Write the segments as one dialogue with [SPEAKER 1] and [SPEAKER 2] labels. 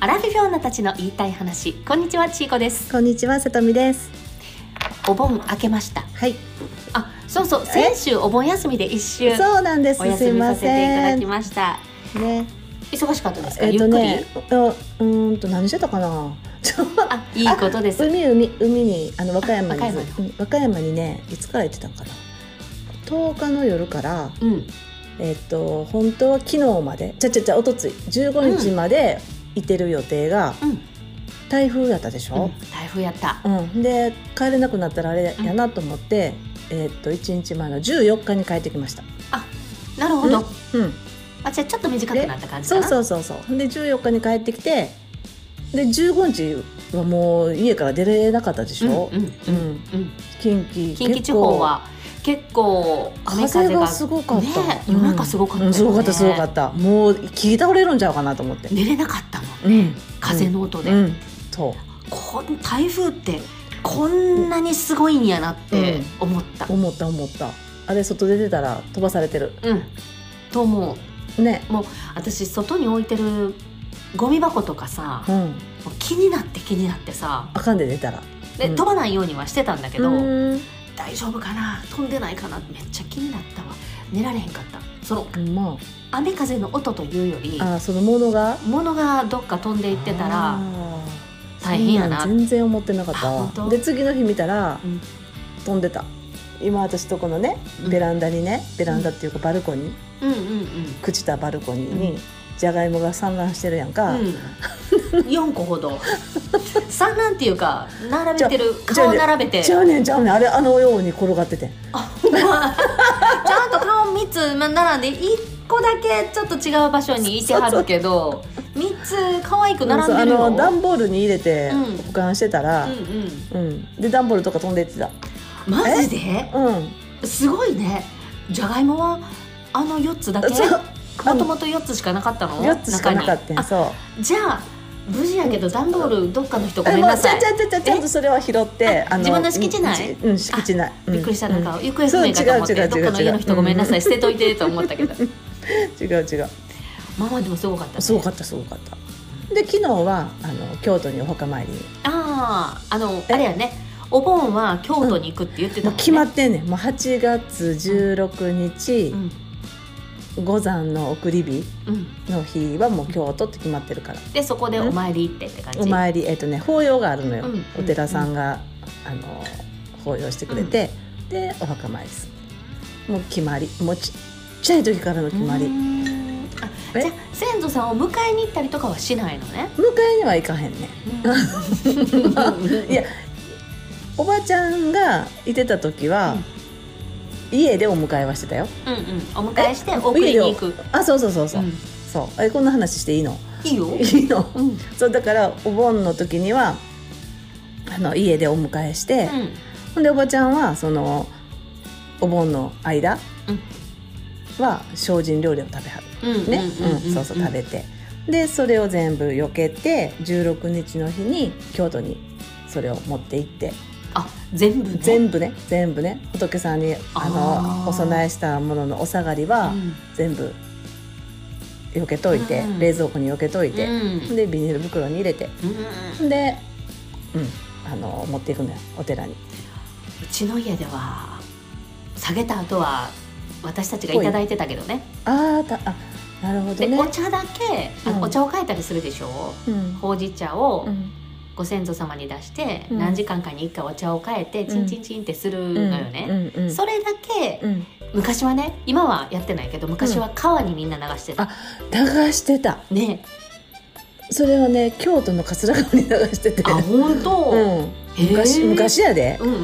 [SPEAKER 1] アラフィフィオーナたちの言いたい話こんにちはちいこです
[SPEAKER 2] こんにちは、さとみです。
[SPEAKER 1] お盆明けました
[SPEAKER 2] はい、
[SPEAKER 1] あそうそう先週お盆休みで一週
[SPEAKER 2] そうなんです。
[SPEAKER 1] お
[SPEAKER 2] す
[SPEAKER 1] 休
[SPEAKER 2] い
[SPEAKER 1] みさ
[SPEAKER 2] ま
[SPEAKER 1] せていた
[SPEAKER 2] せ
[SPEAKER 1] だ
[SPEAKER 2] ん。
[SPEAKER 1] き
[SPEAKER 2] ね、
[SPEAKER 1] ました忙しかったですか、
[SPEAKER 2] えっ
[SPEAKER 1] ゆ
[SPEAKER 2] と
[SPEAKER 1] っくり、
[SPEAKER 2] ね、おうーんと何してたかな。 ちょ
[SPEAKER 1] あいいことです
[SPEAKER 2] 海海海にあの和歌山に
[SPEAKER 1] あ和歌山
[SPEAKER 2] うん和歌山にね、いつから行ってたのかな。10日の夜から、
[SPEAKER 1] うん
[SPEAKER 2] えっと本当は昨日まで、ちゃちゃちゃおとつい15日までいてる予定が、
[SPEAKER 1] うん
[SPEAKER 2] 台風やったでし
[SPEAKER 1] う
[SPEAKER 2] ょ
[SPEAKER 1] ん。台風やった
[SPEAKER 2] うん、で帰れなくなったらあれやなと思って、えっと1日前の14日に帰ってきました。
[SPEAKER 1] なるほど、
[SPEAKER 2] うん。
[SPEAKER 1] あじゃあちょっと短くなった感じか
[SPEAKER 2] そう
[SPEAKER 1] な
[SPEAKER 2] そううそうそうで14日に帰ってきてで15日はもう家から出れなかったでしょ、
[SPEAKER 1] んうんうんうん
[SPEAKER 2] 近畿
[SPEAKER 1] 近畿地方は結構雨
[SPEAKER 2] 風
[SPEAKER 1] 風
[SPEAKER 2] が
[SPEAKER 1] が
[SPEAKER 2] すごかった、
[SPEAKER 1] ね夜中すごかったよね
[SPEAKER 2] うんすごかったすごかったもう聞い倒れるんちゃうかなと思って、
[SPEAKER 1] 寝れなかったの
[SPEAKER 2] うん
[SPEAKER 1] 風の音で、
[SPEAKER 2] うんそ
[SPEAKER 1] こん台風ってこんなにすごいんやなって思った
[SPEAKER 2] う思った思ったあれ外出てたら飛ばされてる
[SPEAKER 1] うん、と思う
[SPEAKER 2] ね
[SPEAKER 1] 私外に置いてるゴミ箱とかさ、
[SPEAKER 2] うん
[SPEAKER 1] もう気になって気になってさ
[SPEAKER 2] あかんで出たら
[SPEAKER 1] で、
[SPEAKER 2] うん
[SPEAKER 1] 飛ばないようにはしてたんだけ
[SPEAKER 2] け
[SPEAKER 1] ど、
[SPEAKER 2] うん
[SPEAKER 1] 大丈夫かな飛んでないかなめっちゃ気になったわ寝られへんかったその
[SPEAKER 2] ま
[SPEAKER 1] 雨風の音というより
[SPEAKER 2] ああそのものが
[SPEAKER 1] 物がどっか飛んでいってた
[SPEAKER 2] あ
[SPEAKER 1] ら
[SPEAKER 2] ー
[SPEAKER 1] 大変やな
[SPEAKER 2] そんん全然思ってなかっ
[SPEAKER 1] あ
[SPEAKER 2] た
[SPEAKER 1] 本当
[SPEAKER 2] わで次の日見たら、
[SPEAKER 1] うん
[SPEAKER 2] 飛んでた今私とこのね
[SPEAKER 1] うん
[SPEAKER 2] ベランダにね、ベランダっていうかバルコニー
[SPEAKER 1] うんうんうん
[SPEAKER 2] 朽ちたバルコニーに、
[SPEAKER 1] うん
[SPEAKER 2] じゃがいもが散乱してるやんか、
[SPEAKER 1] うん、4個ほ ど産卵っていうか並べてる
[SPEAKER 2] じゃ
[SPEAKER 1] 顔並べて
[SPEAKER 2] ちゃうねんちゃうねんあれあのように転がってて
[SPEAKER 1] ちゃんと顔3つまあ並んで1個だけちょっと違う場所にいてはるけど3つ可愛く並んでる
[SPEAKER 2] そうあ
[SPEAKER 1] よ
[SPEAKER 2] の段ボールに入れて
[SPEAKER 1] うん
[SPEAKER 2] 保管してたら、
[SPEAKER 1] う
[SPEAKER 2] うんん
[SPEAKER 1] うん
[SPEAKER 2] で段ボールとか飛んでいってた
[SPEAKER 1] マジで
[SPEAKER 2] うん
[SPEAKER 1] すごいねじゃがいもはあの4つだけ
[SPEAKER 2] そう
[SPEAKER 1] もともと4つしかなかったの
[SPEAKER 2] 4つしかなかったん
[SPEAKER 1] 中に
[SPEAKER 2] そう
[SPEAKER 1] あじゃあ無事やけど段ボールどっかの人ご
[SPEAKER 2] え
[SPEAKER 1] めん
[SPEAKER 2] も
[SPEAKER 1] な
[SPEAKER 2] うち
[SPEAKER 1] さ
[SPEAKER 2] ゃ
[SPEAKER 1] い
[SPEAKER 2] ちゃちゃちゃちゃんとそれは拾って
[SPEAKER 1] あ自分の敷地内
[SPEAKER 2] うんうん敷地内うん
[SPEAKER 1] びっくりした
[SPEAKER 2] う
[SPEAKER 1] なん
[SPEAKER 2] ん
[SPEAKER 1] か行方不明かと思って
[SPEAKER 2] そう違う違う違う
[SPEAKER 1] どっかの家の人ごめんなさい捨てといてと思ったけど
[SPEAKER 2] 違う違う
[SPEAKER 1] まあまあでもすごかったね
[SPEAKER 2] すごかったすごかったで昨日はあの京都にお墓参りに
[SPEAKER 1] あああのあれやねお盆は京都に行くって言ってた
[SPEAKER 2] もう
[SPEAKER 1] もんね
[SPEAKER 2] 決まってんねんもう8月16日
[SPEAKER 1] う、ん
[SPEAKER 2] 五山の送り火
[SPEAKER 1] うん
[SPEAKER 2] の日はもう京都って決まってるから、
[SPEAKER 1] でそこでお参り行ってって感じ
[SPEAKER 2] お参りえっ、とね法要があるのよ、
[SPEAKER 1] うん
[SPEAKER 2] お寺さんが、あの法要してくれて、でお墓参りするもう決まりもうちっちゃい時からの決まり、
[SPEAKER 1] うー
[SPEAKER 2] 迎
[SPEAKER 1] んあ
[SPEAKER 2] え
[SPEAKER 1] じゃあ先祖さんを迎えに行ったりとかはしないのね、
[SPEAKER 2] えには行かへんねんいやおばちゃんがいてた時は、家でお迎えはしてたよ
[SPEAKER 1] うんうんお迎えして送りに行く、
[SPEAKER 2] あそうそうそうそう、
[SPEAKER 1] うん
[SPEAKER 2] そうえこんな話していいの
[SPEAKER 1] いいよ、
[SPEAKER 2] いいの
[SPEAKER 1] うん
[SPEAKER 2] そうだからお盆の時にはあの家でお迎えして、ほんでおばちゃんはそのお盆の間は精進料理を食べはる
[SPEAKER 1] うんうん
[SPEAKER 2] ね
[SPEAKER 1] うん
[SPEAKER 2] うんそうそう食
[SPEAKER 1] る
[SPEAKER 2] べてでそれを全部避けて16日の日に京都にそれを持って行って
[SPEAKER 1] あ全部ね
[SPEAKER 2] 全部ね全部ね仏さんにあの
[SPEAKER 1] あー
[SPEAKER 2] お供えしたもののお下がりは
[SPEAKER 1] うん
[SPEAKER 2] 全部避けといて、
[SPEAKER 1] うん
[SPEAKER 2] 冷蔵庫に避けといて、
[SPEAKER 1] うん
[SPEAKER 2] でビニール袋に入れて
[SPEAKER 1] うん
[SPEAKER 2] で、うん、あの持っていくのよお寺に
[SPEAKER 1] うちの家では下げた後は私たちがいただいてたけどね
[SPEAKER 2] あーたあなるほど
[SPEAKER 1] で
[SPEAKER 2] ね
[SPEAKER 1] お茶だけ、あ
[SPEAKER 2] うん
[SPEAKER 1] お茶を変えたりするでしょ
[SPEAKER 2] うん
[SPEAKER 1] ほうじ茶を
[SPEAKER 2] うん
[SPEAKER 1] ご先祖様に出して、
[SPEAKER 2] うん
[SPEAKER 1] 何時間かに一回お茶を変えて、チンチンチンってする
[SPEAKER 2] うん
[SPEAKER 1] のよね、
[SPEAKER 2] うんうん
[SPEAKER 1] それだけ、
[SPEAKER 2] うん
[SPEAKER 1] 昔はね今はやってないけど昔は川にみんな流してた、
[SPEAKER 2] 流してた
[SPEAKER 1] ね
[SPEAKER 2] それはね京都の桂川に流してて
[SPEAKER 1] あ本当、
[SPEAKER 2] うん
[SPEAKER 1] へー
[SPEAKER 2] 昔昔やで
[SPEAKER 1] うんうんう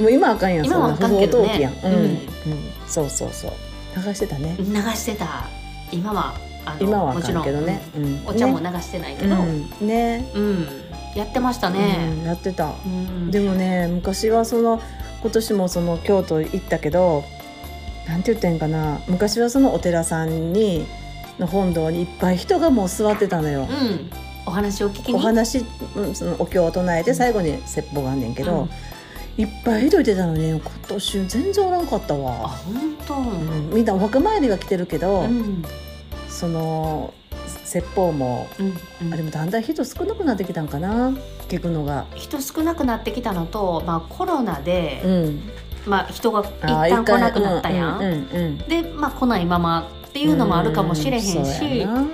[SPEAKER 1] ん
[SPEAKER 2] もう今はあかんやん
[SPEAKER 1] 今はあか
[SPEAKER 2] そん
[SPEAKER 1] ん
[SPEAKER 2] な
[SPEAKER 1] けど
[SPEAKER 2] 同
[SPEAKER 1] ね
[SPEAKER 2] 期やん、うん
[SPEAKER 1] うん
[SPEAKER 2] うんそうそうそう流してたね
[SPEAKER 1] 流してた今はあの
[SPEAKER 2] 今はあ
[SPEAKER 1] もち
[SPEAKER 2] か
[SPEAKER 1] ろ
[SPEAKER 2] ん
[SPEAKER 1] ん
[SPEAKER 2] けどね、うん
[SPEAKER 1] うんお茶も流
[SPEAKER 2] ね
[SPEAKER 1] してないけ
[SPEAKER 2] う
[SPEAKER 1] ど、
[SPEAKER 2] んね
[SPEAKER 1] うん、やってました
[SPEAKER 2] う
[SPEAKER 1] ね。
[SPEAKER 2] んやってた
[SPEAKER 1] うん
[SPEAKER 2] でもね昔はその今年もその京都行ったけどなんて言ってんかな昔はそのお寺さんにの本堂にいっぱい人がもう座ってたのよ
[SPEAKER 1] う。ん、お話を聞きに。
[SPEAKER 2] お話うんそのお経を唱えて最後に説法があんねんけど、いっぱい人いてたのに今年全然おらんかった
[SPEAKER 1] あ、
[SPEAKER 2] わ、
[SPEAKER 1] 本当。
[SPEAKER 2] うんみんなお墓参りが来てるけど、
[SPEAKER 1] うん、
[SPEAKER 2] その説法も
[SPEAKER 1] うんうん
[SPEAKER 2] あでもだんだん人少なくなってきたんかな聞くのが
[SPEAKER 1] 人少なくなってきたのと、まあ、コロナで、
[SPEAKER 2] うん
[SPEAKER 1] まあ、人が一
[SPEAKER 2] あー
[SPEAKER 1] 旦来なくなったやん、
[SPEAKER 2] うんうんうん
[SPEAKER 1] で、まあ、来ないままっていうのもあるかもしれへんし、
[SPEAKER 2] うんそうやな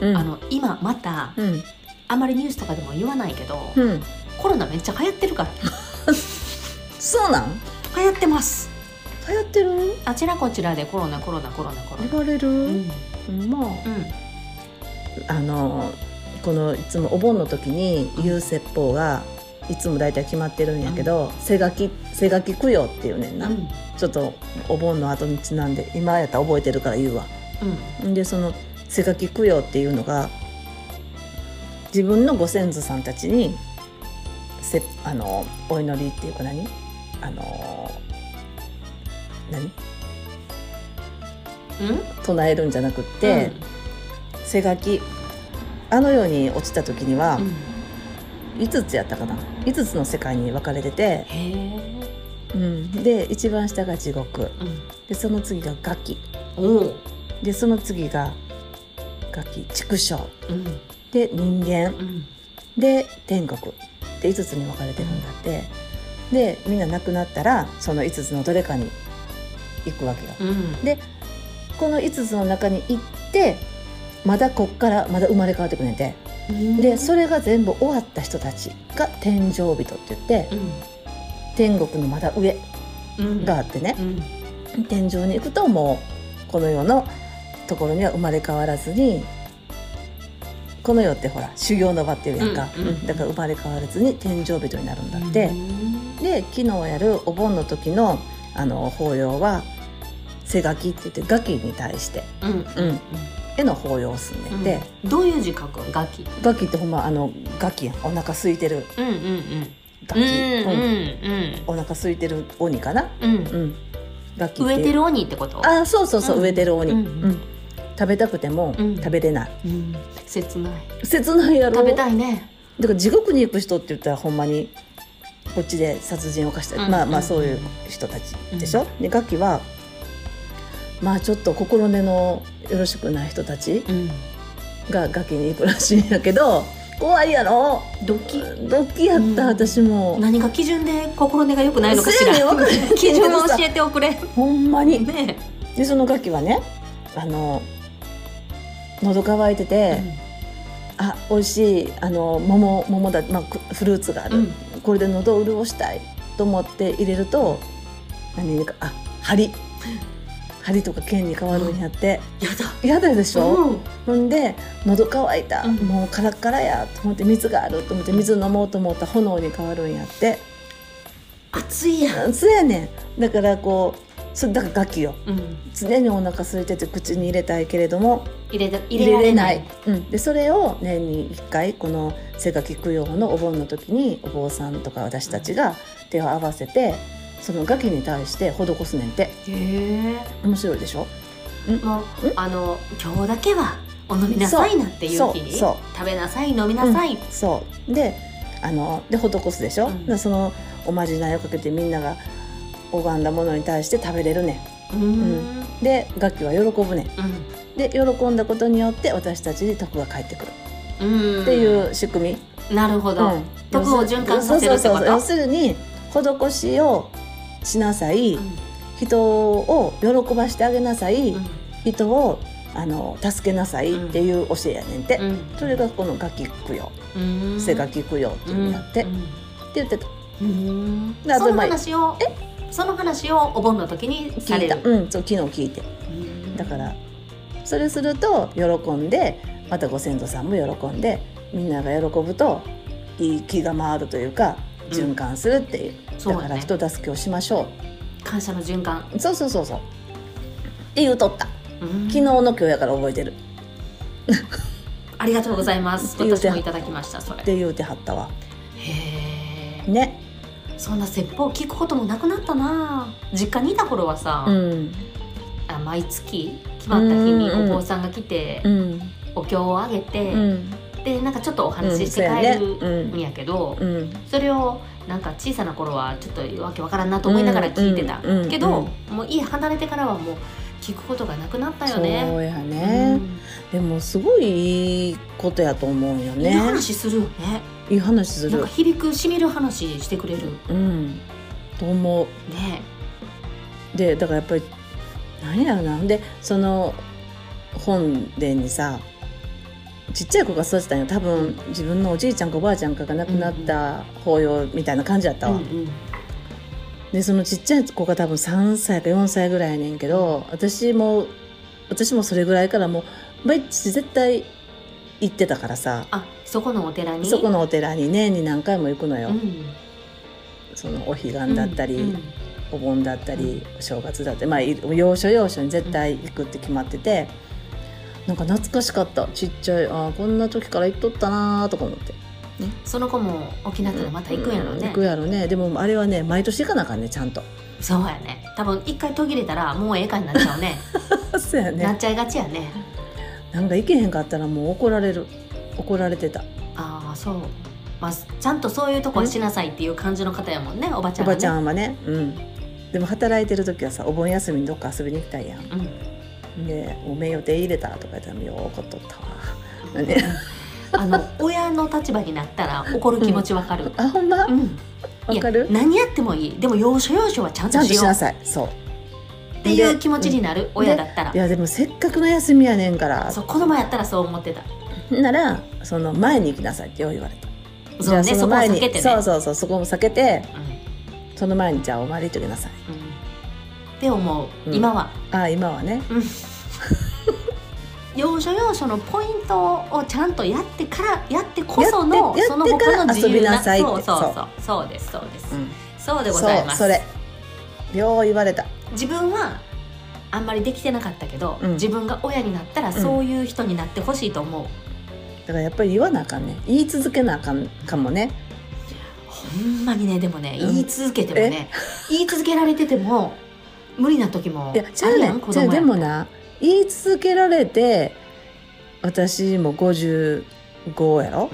[SPEAKER 2] うん
[SPEAKER 1] あの今また
[SPEAKER 2] うん
[SPEAKER 1] あまりニュースとかでも言わないけど、
[SPEAKER 2] うん
[SPEAKER 1] コロナめっちゃ流行ってるから
[SPEAKER 2] そうなん
[SPEAKER 1] 流行ってます
[SPEAKER 2] 流行ってる
[SPEAKER 1] あちらこちらでコロナコロナコロナコロ
[SPEAKER 2] 言
[SPEAKER 1] ナ
[SPEAKER 2] われる、
[SPEAKER 1] うん
[SPEAKER 2] まあ
[SPEAKER 1] う
[SPEAKER 2] あのこのいつもお盆の時に言う説法がいつも大体決まってるんやけど「せがきせがき供養」っていうねんな、
[SPEAKER 1] んうん
[SPEAKER 2] ちょっとお盆の後にちなんで今やったら覚えてるから言うわ
[SPEAKER 1] うん
[SPEAKER 2] でその「せがき供養」っていうのが自分のご先祖さんたちにせあのお祈りっていうか何あの何
[SPEAKER 1] うん
[SPEAKER 2] 唱えるんじゃなくって、せがきあの世に落ちた時には、
[SPEAKER 1] うんうん
[SPEAKER 2] 5つやったかな5つの世界に分かれてて、
[SPEAKER 1] へえ
[SPEAKER 2] うん、で一番下が地獄
[SPEAKER 1] う
[SPEAKER 2] でその次が餓鬼
[SPEAKER 1] んおう
[SPEAKER 2] でその次が餓鬼畜生
[SPEAKER 1] うん
[SPEAKER 2] で人間
[SPEAKER 1] うん
[SPEAKER 2] で天国で5つに分かれてるんだってでみんな亡くなったらその5つのどれかに行くわけよ。
[SPEAKER 1] うん
[SPEAKER 2] この5つの中に行ってまだこっからまだ生まれ変わってくねんて
[SPEAKER 1] うん
[SPEAKER 2] でそれが全部終わった人たちが天上人って言って
[SPEAKER 1] う
[SPEAKER 2] 天国のまだ上
[SPEAKER 1] んうん
[SPEAKER 2] があってね、
[SPEAKER 1] うん
[SPEAKER 2] 天井に行くともうこの世のところには生まれ変わらずにこの世ってほら修行の場っていうやんか、
[SPEAKER 1] うんうん
[SPEAKER 2] だから生まれ変わらずに天井人になるんだって、
[SPEAKER 1] うん
[SPEAKER 2] で昨日やるお盆の時のあの法要は「背書き」って言って「ガキ」に対して、
[SPEAKER 1] うん
[SPEAKER 2] うん、への法要をすんねんで、
[SPEAKER 1] うんどういう字書くんガキ
[SPEAKER 2] ガキってほんまあのガキやんお腹空いてる
[SPEAKER 1] うんうん
[SPEAKER 2] ガ
[SPEAKER 1] う
[SPEAKER 2] キ、
[SPEAKER 1] ん
[SPEAKER 2] うん
[SPEAKER 1] うん
[SPEAKER 2] お腹空いてる鬼かな、
[SPEAKER 1] うんうん
[SPEAKER 2] うん、ガキ
[SPEAKER 1] 植えて
[SPEAKER 2] る
[SPEAKER 1] る鬼ってこと
[SPEAKER 2] あそうそうそう、
[SPEAKER 1] うん
[SPEAKER 2] 植えてる鬼、
[SPEAKER 1] うん
[SPEAKER 2] うん食べたくても
[SPEAKER 1] うん
[SPEAKER 2] 食べれない、
[SPEAKER 1] うん切ない
[SPEAKER 2] 切ないやろ
[SPEAKER 1] 食べたいね
[SPEAKER 2] だから地獄に行く人って言ったらほんまにこっちで殺人を犯したり、
[SPEAKER 1] うん
[SPEAKER 2] まあ
[SPEAKER 1] うん
[SPEAKER 2] まあそういう人たちでしょ、でガキはまあちょっと心根のよろしくない人たち
[SPEAKER 1] うん
[SPEAKER 2] がガキに行くらしいんやけど怖いやろ
[SPEAKER 1] ドキ
[SPEAKER 2] ドッキやった、
[SPEAKER 1] うん
[SPEAKER 2] 私も
[SPEAKER 1] 何が基準で心根が良くないのかしら
[SPEAKER 2] そうやねんわかる
[SPEAKER 1] 基準を 教えておくれね
[SPEAKER 2] ほんまに
[SPEAKER 1] え
[SPEAKER 2] でそのガキはねあの喉乾いてて、あ美味しいあの桃桃だ、まあ、くフルーツがある、
[SPEAKER 1] うん
[SPEAKER 2] これで喉を潤したいと思って入れると何かあ針針とか剣に変わるんやって
[SPEAKER 1] やだ
[SPEAKER 2] 嫌だでしょ、
[SPEAKER 1] うん
[SPEAKER 2] ほんで喉乾いた、
[SPEAKER 1] うん
[SPEAKER 2] もうカラッカラやと思って水があると思って水飲もうと思ったら炎に変わるんやって
[SPEAKER 1] 熱いやん
[SPEAKER 2] そうやねんだからこうそれだからガキよ
[SPEAKER 1] うん
[SPEAKER 2] 常にお腹空いてて口に入れたいけれども
[SPEAKER 1] 入れた入れられない
[SPEAKER 2] うん、でそれを年に1回この「せがき供養」のお盆の時にお坊さんとか私たちが手を合わせてそのガキに対して施すねんて
[SPEAKER 1] へ
[SPEAKER 2] 面白いでしょ
[SPEAKER 1] えもう
[SPEAKER 2] うん
[SPEAKER 1] あの今日だけはお飲みなさいなっていう日に
[SPEAKER 2] そう
[SPEAKER 1] 食べなさい飲みなさい
[SPEAKER 2] そうであので施すでしょ、
[SPEAKER 1] うん
[SPEAKER 2] でそのおまじないをかけてみんなが拝んだものに対して食べれるね
[SPEAKER 1] うんうん
[SPEAKER 2] んでガキは喜ぶねんで喜んだことによって私たちに徳が返ってくる
[SPEAKER 1] うん
[SPEAKER 2] っていう仕組み、
[SPEAKER 1] なるほど、
[SPEAKER 2] うん
[SPEAKER 1] 徳を循環させるってこと
[SPEAKER 2] そうそうそうそう要するに施しをしなさい、
[SPEAKER 1] う
[SPEAKER 2] 人を喜ばしてあげなさい、
[SPEAKER 1] んうん
[SPEAKER 2] 人をあの助けなさいっていう教えやねんて、
[SPEAKER 1] うん
[SPEAKER 2] それがこの「ガキ供養」
[SPEAKER 1] うん
[SPEAKER 2] 「背ガキ供養」っていうのやって、
[SPEAKER 1] う
[SPEAKER 2] って
[SPEAKER 1] ん
[SPEAKER 2] 言ってた
[SPEAKER 1] うん
[SPEAKER 2] であと
[SPEAKER 1] その
[SPEAKER 2] まあ
[SPEAKER 1] 話をその話をお盆の時にさ
[SPEAKER 2] 聞
[SPEAKER 1] れ
[SPEAKER 2] いた、
[SPEAKER 1] る
[SPEAKER 2] うん、そう昨日聞いて
[SPEAKER 1] うん
[SPEAKER 2] だからそれすると喜んでまたご先祖さんも喜んでみんなが喜ぶといい気が回るというか循環するっていう、
[SPEAKER 1] そう
[SPEAKER 2] だ
[SPEAKER 1] だ
[SPEAKER 2] か
[SPEAKER 1] ね
[SPEAKER 2] ら人助けをしましょう
[SPEAKER 1] 感謝の循環
[SPEAKER 2] そうそうそうそう。って言うとった。
[SPEAKER 1] うん
[SPEAKER 2] 昨日の今日やから覚えてる。
[SPEAKER 1] ありがとうございます
[SPEAKER 2] 言う
[SPEAKER 1] 私
[SPEAKER 2] て
[SPEAKER 1] もいただきましたそれ
[SPEAKER 2] って言うてはったわ。
[SPEAKER 1] へえ
[SPEAKER 2] ね。
[SPEAKER 1] そんな説法聞くこともなくなったな実家にいた頃はさ、
[SPEAKER 2] うん。
[SPEAKER 1] あ毎月決まった日に
[SPEAKER 2] うんうん
[SPEAKER 1] お坊さんが来て、
[SPEAKER 2] うん。
[SPEAKER 1] お経をあげて、
[SPEAKER 2] うん。
[SPEAKER 1] でなんかちょっとお
[SPEAKER 2] うん
[SPEAKER 1] 話しし
[SPEAKER 2] そ
[SPEAKER 1] て
[SPEAKER 2] うや
[SPEAKER 1] 帰
[SPEAKER 2] ね
[SPEAKER 1] る
[SPEAKER 2] うん
[SPEAKER 1] んやけど、
[SPEAKER 2] うん。
[SPEAKER 1] それをなんか小さな頃はちょっとわけわからんなと思いながら聞いてた、
[SPEAKER 2] うんうん
[SPEAKER 1] け
[SPEAKER 2] う
[SPEAKER 1] ど、もう家離れてからはもう聞くことがなくなったよね。
[SPEAKER 2] そうや
[SPEAKER 1] う
[SPEAKER 2] ね。
[SPEAKER 1] ん
[SPEAKER 2] でもすごいいいことやと思うよ
[SPEAKER 1] いい
[SPEAKER 2] ね
[SPEAKER 1] 話するよね
[SPEAKER 2] いい話す
[SPEAKER 1] なんか
[SPEAKER 2] る
[SPEAKER 1] 響くしみる話してくれる
[SPEAKER 2] うんと思う
[SPEAKER 1] ね
[SPEAKER 2] でだからやっぱり何やろなでその本殿にさちっちゃい子が育てたんよ多分自分のおじいちゃんかおばあちゃんかが亡くなった法要みたいな感じだったわ、
[SPEAKER 1] うんうん
[SPEAKER 2] でそのちっちゃい子が多分3歳か4歳ぐらいやねんけど私も私もそれぐらいからもう毎日絶対行ってたからさ
[SPEAKER 1] あそこのお寺に
[SPEAKER 2] そこのお寺に年に何回も行くのよ、
[SPEAKER 1] う
[SPEAKER 2] そのお彼岸
[SPEAKER 1] ん
[SPEAKER 2] だったり、
[SPEAKER 1] うん
[SPEAKER 2] お盆だったりお正月だってまあい要所要所に絶対行くって決まってて、なんか懐かしかったちっちゃいあーこんな時から行っとったなーとか思って
[SPEAKER 1] その子も沖縄からまた行くんやろ
[SPEAKER 2] うん
[SPEAKER 1] ね
[SPEAKER 2] 行、くやろねでもあれはね毎年行かなあかんね ちゃんと
[SPEAKER 1] そうやね多分一回途切れたらもうええかになっちゃうね
[SPEAKER 2] そうや
[SPEAKER 1] な
[SPEAKER 2] ね
[SPEAKER 1] っちゃいがちやね
[SPEAKER 2] なんか行けへんかったらもう怒られる怒られてた
[SPEAKER 1] ああそう、まあ、ちゃんとそういうとこはしなさいっていう感じの方やもんねおばちゃ
[SPEAKER 2] お
[SPEAKER 1] んは
[SPEAKER 2] ば
[SPEAKER 1] ね
[SPEAKER 2] ちゃんはねうんでも働いてる時はさお盆休みにどっか遊びに行きたいやん
[SPEAKER 1] うん
[SPEAKER 2] で「おめえ予定入れた?」とか言ったら「よう怒っとったわ」ね
[SPEAKER 1] あの 親の立場になったら怒る気持ちわかる、
[SPEAKER 2] あほんまわ、
[SPEAKER 1] うん
[SPEAKER 2] か
[SPEAKER 1] い
[SPEAKER 2] る
[SPEAKER 1] や何やってもいいでも要所要所はちゃん
[SPEAKER 2] ちゃ
[SPEAKER 1] と
[SPEAKER 2] んと
[SPEAKER 1] し
[SPEAKER 2] し
[SPEAKER 1] よう
[SPEAKER 2] な
[SPEAKER 1] っ
[SPEAKER 2] さいそう
[SPEAKER 1] ていう気持ちになる親だったら
[SPEAKER 2] いやでもせっかくの休みやねんから
[SPEAKER 1] そう子供やったらそう思ってた
[SPEAKER 2] ならその前に行きなさいってよう言われた
[SPEAKER 1] そうね
[SPEAKER 2] じ
[SPEAKER 1] そ
[SPEAKER 2] ゃあの
[SPEAKER 1] こを
[SPEAKER 2] 前
[SPEAKER 1] 避
[SPEAKER 2] に
[SPEAKER 1] けてね
[SPEAKER 2] そうそうそうそこも避けて
[SPEAKER 1] う
[SPEAKER 2] その前にじゃあお参り行ってきなさい
[SPEAKER 1] んうんって思う、
[SPEAKER 2] うん
[SPEAKER 1] 今は
[SPEAKER 2] ああ今はね
[SPEAKER 1] 要所要所のポイントをちゃんとやってからやってこそ
[SPEAKER 2] やっ
[SPEAKER 1] の
[SPEAKER 2] てやって
[SPEAKER 1] その他の自由
[SPEAKER 2] から遊びなさいって
[SPEAKER 1] そうそうそうそうですそうです、
[SPEAKER 2] うん
[SPEAKER 1] そうでご
[SPEAKER 2] そ
[SPEAKER 1] ざいうます
[SPEAKER 2] それよう言われた
[SPEAKER 1] 自分はあんまりできてなかったけど、
[SPEAKER 2] うん
[SPEAKER 1] 自分が親になったら
[SPEAKER 2] ん
[SPEAKER 1] そういう人になってほしいと思う、
[SPEAKER 2] だからやっぱり言わなあかんね言い続けなあかんかもね
[SPEAKER 1] ほんまにねでもね
[SPEAKER 2] うん
[SPEAKER 1] 言い続けてもね、言い続けられてても無理な時もあ
[SPEAKER 2] いやじゃあ
[SPEAKER 1] るやん
[SPEAKER 2] ね
[SPEAKER 1] 子
[SPEAKER 2] じゃ
[SPEAKER 1] 供
[SPEAKER 2] あ
[SPEAKER 1] や
[SPEAKER 2] でもな言い続けられて私も55やろ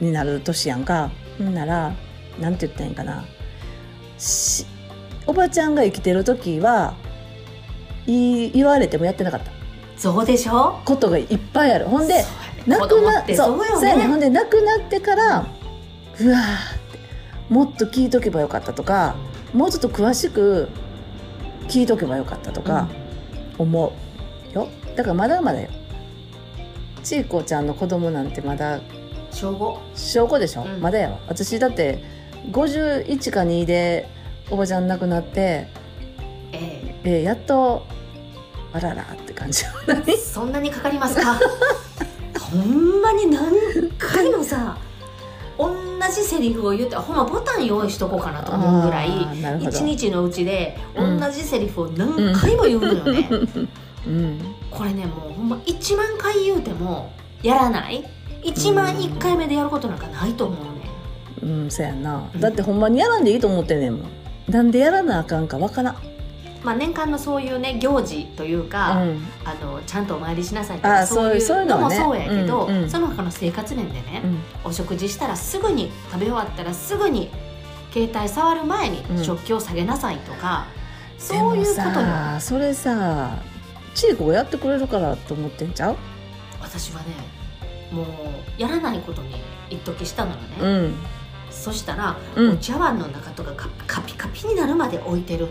[SPEAKER 1] うん
[SPEAKER 2] になる年やんかほんならなんて言ったらいいんかなしおばちゃんが生きてる時はい言われてもやってなかった
[SPEAKER 1] そうでしょ
[SPEAKER 2] ことがいっぱいあるほんで
[SPEAKER 1] そうやね
[SPEAKER 2] 亡
[SPEAKER 1] 子
[SPEAKER 2] く
[SPEAKER 1] 供
[SPEAKER 2] な
[SPEAKER 1] ってそうよね
[SPEAKER 2] やほんで亡くなってからうわーってもっと聞いとけばよかったとかもうちょっと詳しく聞いとけばよかったとか思うよだからまだまだよちいこちゃんの子供なんてまだ
[SPEAKER 1] うん小五
[SPEAKER 2] 証拠でしょ、
[SPEAKER 1] うん
[SPEAKER 2] まだやわ私だって51か2でおばちゃん亡くなって、
[SPEAKER 1] え
[SPEAKER 2] えーやっとあららって感じ
[SPEAKER 1] えそんなにかかりますか ほんまに何回もさ同じセリフを言ってほんまボタン用意しとこうかなと思うぐらい
[SPEAKER 2] あーなるほど
[SPEAKER 1] 一日のうちで
[SPEAKER 2] うん
[SPEAKER 1] 同じセリフを何回も言うのよね、
[SPEAKER 2] うん
[SPEAKER 1] これねもうほんま1万回言うてもやらない1万1回目でやることなんかないと思うね
[SPEAKER 2] うんそやな
[SPEAKER 1] うん
[SPEAKER 2] だってほんまにやらんでいいと思ってんねんもんなんでやらなあかんかわからん、
[SPEAKER 1] まあ年間のそういうね行事というか、
[SPEAKER 2] うん、
[SPEAKER 1] あのちゃんとお参りしなさいと
[SPEAKER 2] あー
[SPEAKER 1] かそうい
[SPEAKER 2] そう
[SPEAKER 1] う
[SPEAKER 2] いうそういうの
[SPEAKER 1] の
[SPEAKER 2] は
[SPEAKER 1] も
[SPEAKER 2] ね
[SPEAKER 1] そうやけど、
[SPEAKER 2] うんうん
[SPEAKER 1] その他の生活面でね、
[SPEAKER 2] うん
[SPEAKER 1] お食事したらすぐに食べ終わったらすぐに携帯触る前に
[SPEAKER 2] うん
[SPEAKER 1] 食器を下げなさいとか、
[SPEAKER 2] で
[SPEAKER 1] そういう
[SPEAKER 2] も
[SPEAKER 1] ことよ
[SPEAKER 2] さそれさちいこがやってくれるからと思ってんちゃう
[SPEAKER 1] 私はねもうやらないことに一時したのよね、
[SPEAKER 2] うん
[SPEAKER 1] そしたら、
[SPEAKER 2] う
[SPEAKER 1] お
[SPEAKER 2] ん
[SPEAKER 1] 茶碗の中とかカカピカピになるまで置いてるの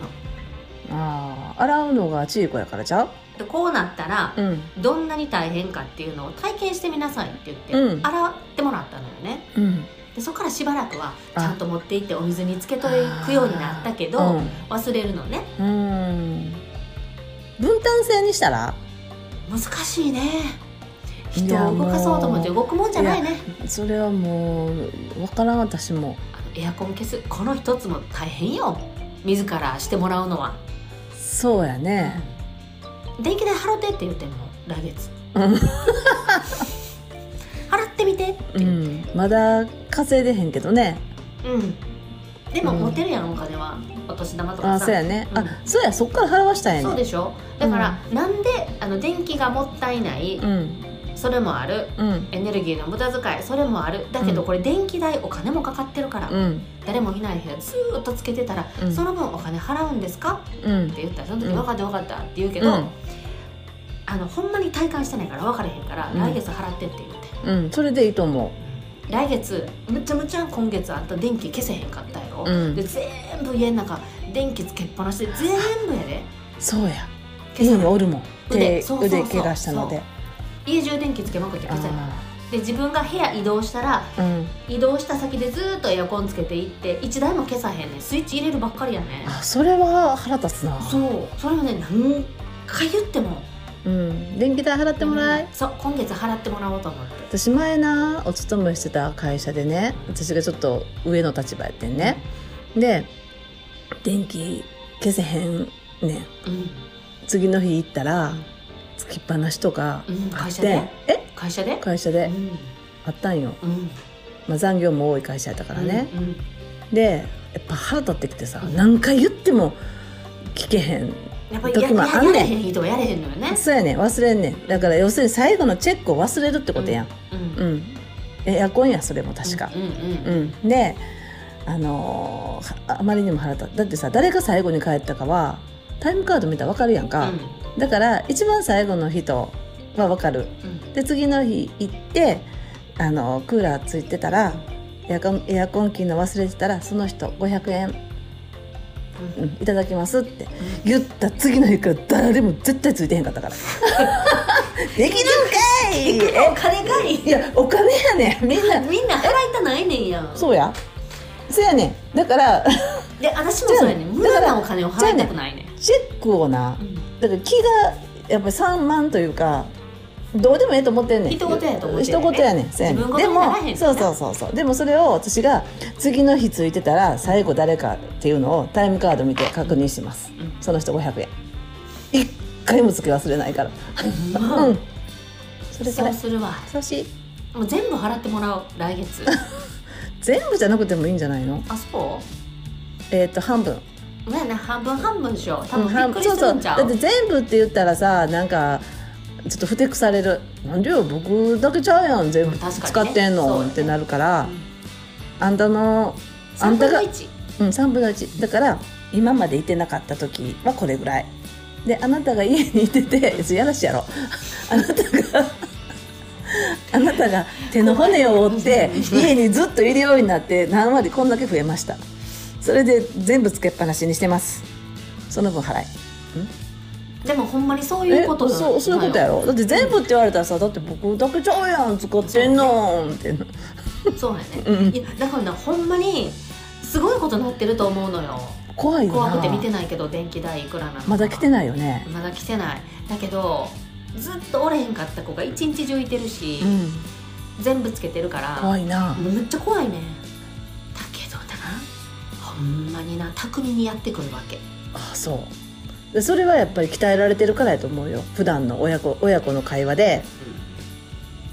[SPEAKER 2] ああ洗うのがちいこやからちゃう
[SPEAKER 1] でこうなったら、
[SPEAKER 2] うん
[SPEAKER 1] どんなに大変かっていうのを体験してみなさいって言って、
[SPEAKER 2] うん
[SPEAKER 1] 洗ってもらったのよね
[SPEAKER 2] うん
[SPEAKER 1] でそこからしばらくはち
[SPEAKER 2] あ
[SPEAKER 1] ゃんと持って行ってお水につけとくようになったけど、
[SPEAKER 2] うん
[SPEAKER 1] 忘れるのね
[SPEAKER 2] うん分担制にしたら
[SPEAKER 1] 難しいね人
[SPEAKER 2] いや
[SPEAKER 1] を動かそうと思って動くもんじゃないね
[SPEAKER 2] それはもう分からん私も
[SPEAKER 1] あのエアコン消すこの一つも大変よ自らしてもらうのは
[SPEAKER 2] そうやね
[SPEAKER 1] 電気代払ってって言ってんの来月
[SPEAKER 2] うん
[SPEAKER 1] 払ってみてって
[SPEAKER 2] う
[SPEAKER 1] 言って、
[SPEAKER 2] んまだ稼いでへんけどね
[SPEAKER 1] うんでも
[SPEAKER 2] うん
[SPEAKER 1] 持てるやろお金はお年玉とか
[SPEAKER 2] あそう
[SPEAKER 1] さ
[SPEAKER 2] やね、
[SPEAKER 1] うん
[SPEAKER 2] あそうやそっから払わしたんやね
[SPEAKER 1] そうでしょだから、なんであの電気がもったいない、
[SPEAKER 2] うん
[SPEAKER 1] それもある
[SPEAKER 2] うん
[SPEAKER 1] エネルギーの無駄遣いそれもあるだけど
[SPEAKER 2] うん
[SPEAKER 1] これ電気代お金もかかってるから、
[SPEAKER 2] うん
[SPEAKER 1] 誰もいない部屋ずーっとつけてたら、
[SPEAKER 2] うん
[SPEAKER 1] その分お金払うんですか
[SPEAKER 2] うん
[SPEAKER 1] って言ったらその時
[SPEAKER 2] うん
[SPEAKER 1] 分かった分かったって言うけ
[SPEAKER 2] う
[SPEAKER 1] ど、
[SPEAKER 2] ん
[SPEAKER 1] あのほんまに体感してないから分からへんから、
[SPEAKER 2] うん
[SPEAKER 1] 来月払ってって言って
[SPEAKER 2] うんそれでいいと思
[SPEAKER 1] 来月むちゃむちゃ今月あんた電気消せへんかったやろ、
[SPEAKER 2] うん
[SPEAKER 1] で全部家の中電気つけっぱなしで全部やで
[SPEAKER 2] うそうや
[SPEAKER 1] 消せ
[SPEAKER 2] 家に
[SPEAKER 1] ない
[SPEAKER 2] おるもん
[SPEAKER 1] 腕
[SPEAKER 2] 手
[SPEAKER 1] そうそうそ
[SPEAKER 2] 腕
[SPEAKER 1] う
[SPEAKER 2] 怪我したので
[SPEAKER 1] 家中電気つけまくって消せない
[SPEAKER 2] あ
[SPEAKER 1] で自分が部屋移動したら
[SPEAKER 2] ーうん
[SPEAKER 1] 移動した先でずーっとエアコンつけていって一台も消さへんねんスイッチ入れるばっかりやねん
[SPEAKER 2] あそれは腹立つな
[SPEAKER 1] そうそれをね何回言っても
[SPEAKER 2] うん電気代払ってもらい
[SPEAKER 1] そう今月払ってもらおうと思って
[SPEAKER 2] 私前なお勤めしてた会社でね私がちょっと上の立場やってんねで電気消せへんねん
[SPEAKER 1] うん
[SPEAKER 2] 次の日行ったらつきっぱなしとか
[SPEAKER 1] うん
[SPEAKER 2] あ
[SPEAKER 1] 会
[SPEAKER 2] っ
[SPEAKER 1] 社
[SPEAKER 2] て、
[SPEAKER 1] で
[SPEAKER 2] え
[SPEAKER 1] 会社で
[SPEAKER 2] 会社
[SPEAKER 1] う
[SPEAKER 2] で
[SPEAKER 1] ん
[SPEAKER 2] あったんよ、
[SPEAKER 1] うん
[SPEAKER 2] まあ、残業も多い会社やったからね、
[SPEAKER 1] うんうん
[SPEAKER 2] でやっぱ腹立ってきてさ
[SPEAKER 1] うん
[SPEAKER 2] 何回言っても聞けへん
[SPEAKER 1] やっぱりや
[SPEAKER 2] 時もあ
[SPEAKER 1] や
[SPEAKER 2] ん
[SPEAKER 1] や
[SPEAKER 2] ねん
[SPEAKER 1] れへん人はやれへんのよね
[SPEAKER 2] そうやねん忘れんねんだから要するに最後のチェックを忘れるってことやん
[SPEAKER 1] うん
[SPEAKER 2] うん、エアコンやそれも確か
[SPEAKER 1] うんうんうん
[SPEAKER 2] うん、であのーはあまりにも腹立ってだってさ誰が最後に帰ったかはタイムカード見たら分かるやんか、だから一番最後の人は分かる
[SPEAKER 1] うん
[SPEAKER 2] で次の日行ってあのクーラーついてたらエアコンエアコン切るの忘れてたらその人500円、
[SPEAKER 1] う
[SPEAKER 2] うんいただきますって言った次の日から誰も絶対ついてへんかった からできるんかい
[SPEAKER 1] お金かい
[SPEAKER 2] えいやお金やねんみんな
[SPEAKER 1] みんな払いたないねんやん
[SPEAKER 2] そうやそうやねんだ から
[SPEAKER 1] で私もそうやねん無駄なお金を払いたくないねん
[SPEAKER 2] チェックをな
[SPEAKER 1] うん
[SPEAKER 2] だから気がやっぱり散漫というかどうでもええと思ってんねん
[SPEAKER 1] 一言やと思ってんね
[SPEAKER 2] 一
[SPEAKER 1] ん
[SPEAKER 2] 言やねんそうやね
[SPEAKER 1] 自分
[SPEAKER 2] ん
[SPEAKER 1] 事
[SPEAKER 2] で
[SPEAKER 1] になら
[SPEAKER 2] も
[SPEAKER 1] へんねんな
[SPEAKER 2] そうそうそうそうでもそれを私が次の日ついてたら最後誰かっていうのをタイムカード見て確認します、
[SPEAKER 1] うん
[SPEAKER 2] その人500円一回もつけ忘れないから
[SPEAKER 1] まあ
[SPEAKER 2] うんそれそ
[SPEAKER 1] そ
[SPEAKER 2] れ
[SPEAKER 1] うするわ
[SPEAKER 2] そうし
[SPEAKER 1] もう全部払ってもらおう来月
[SPEAKER 2] 全部じゃなくてもいいんじゃないの
[SPEAKER 1] あそ
[SPEAKER 2] えっ、と半分
[SPEAKER 1] うまあな半分半分でしよう多
[SPEAKER 2] うん
[SPEAKER 1] 分びっくりするんちゃ
[SPEAKER 2] だっ
[SPEAKER 1] う
[SPEAKER 2] て全部って言ったらさなんかちょっとふてくされるなんでよ僕だけちゃうやん全部
[SPEAKER 1] うん確かにね
[SPEAKER 2] 使ってんの、
[SPEAKER 1] そう
[SPEAKER 2] ってなるから、
[SPEAKER 1] ん
[SPEAKER 2] あんたのあ
[SPEAKER 1] 3
[SPEAKER 2] んた
[SPEAKER 1] 分の
[SPEAKER 2] が、うん、
[SPEAKER 1] 1
[SPEAKER 2] 3分の1だから今までいてなかった時はこれぐらいであなたが家にい てていややらしいやろあなたが あなたが手の骨を折って家にずっといるようになって何割こんだけ増えましたそれで全部つけっぱなしにしてますその分払い
[SPEAKER 1] でもほんまにそういうこと
[SPEAKER 2] え
[SPEAKER 1] なの
[SPEAKER 2] そうそういうことやろだって全部って言われたらさだって僕だけちゃうやん使ってんのってな
[SPEAKER 1] そうやね、
[SPEAKER 2] うん
[SPEAKER 1] いやだからなほんまにすごいことなってると思うのよ
[SPEAKER 2] 怖いよな
[SPEAKER 1] 怖くて見てないけど電気代いくらなのか
[SPEAKER 2] まだ来てないよね
[SPEAKER 1] まだ来てないだけどずっとおれへんかった子が一日中いてるし、
[SPEAKER 2] うん
[SPEAKER 1] 全部つけてるから
[SPEAKER 2] 怖いな
[SPEAKER 1] めっちゃ怖いねだけどだなほんまにな巧みにやってくるわけ
[SPEAKER 2] あそうでそれはやっぱり鍛えられてるからやと思うよ普段の親子親子の会話で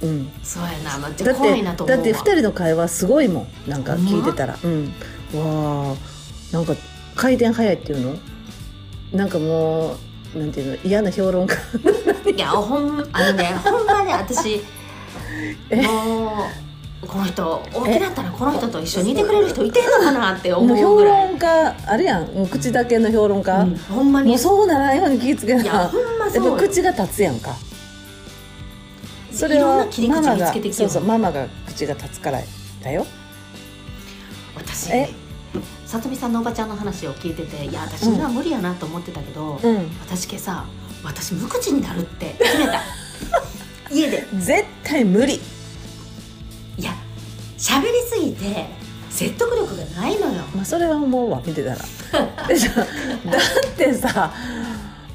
[SPEAKER 2] うん
[SPEAKER 1] そうやな、まあ、
[SPEAKER 2] だっ
[SPEAKER 1] 怖い
[SPEAKER 2] て
[SPEAKER 1] なと思うわ
[SPEAKER 2] だって2人の会話すごいもんなんか聞いてたらうんわあなんか回転早いっていうのなんかもうなんていうの嫌な評論家
[SPEAKER 1] いやほんあ のねほんまに私
[SPEAKER 2] え
[SPEAKER 1] もうこの人大きなったらこの人と一緒にいてくれる人いてんのかなって思
[SPEAKER 2] もう
[SPEAKER 1] う
[SPEAKER 2] 評
[SPEAKER 1] ぐらい、
[SPEAKER 2] 論家あれやんもう口だけの評論家、
[SPEAKER 1] うんほんまに
[SPEAKER 2] もう
[SPEAKER 1] い
[SPEAKER 2] そうならんように気ぃつけ
[SPEAKER 1] や
[SPEAKER 2] なや
[SPEAKER 1] ほんま
[SPEAKER 2] っぱ
[SPEAKER 1] そうよ
[SPEAKER 2] 口が立つやんかそ
[SPEAKER 1] い
[SPEAKER 2] れ
[SPEAKER 1] ろん
[SPEAKER 2] は
[SPEAKER 1] な切り
[SPEAKER 2] マ
[SPEAKER 1] 口
[SPEAKER 2] マ
[SPEAKER 1] 見
[SPEAKER 2] が
[SPEAKER 1] つけてきて
[SPEAKER 2] そう
[SPEAKER 1] よ
[SPEAKER 2] そうママが口が立つからだよ
[SPEAKER 1] 私
[SPEAKER 2] え
[SPEAKER 1] さとみさんのおばちゃんの話を聞いてていや私には無理やなと思ってたけど、
[SPEAKER 2] うん
[SPEAKER 1] 私けさ私無口になるって決めた 家で
[SPEAKER 2] 絶対無理
[SPEAKER 1] いや喋りすぎて説得力がないのよ
[SPEAKER 2] まあそれは思うわ見 てたらでさだってさ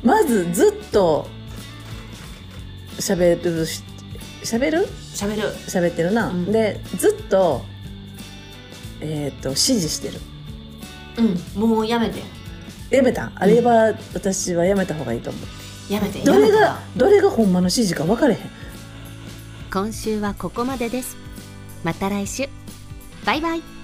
[SPEAKER 2] まずずっと喋るし喋る
[SPEAKER 1] 喋る
[SPEAKER 2] 喋ってるな、
[SPEAKER 1] うん
[SPEAKER 2] でずっとえっ、と指示してる
[SPEAKER 1] うんもうやめて
[SPEAKER 2] やめたあれは私はやめた方がいいと思う
[SPEAKER 1] やめて
[SPEAKER 2] どれ
[SPEAKER 1] やめた
[SPEAKER 2] が
[SPEAKER 1] ら
[SPEAKER 2] どれがほんまの指示か分かれへん
[SPEAKER 3] 今週はここまでですまた来週バイバイ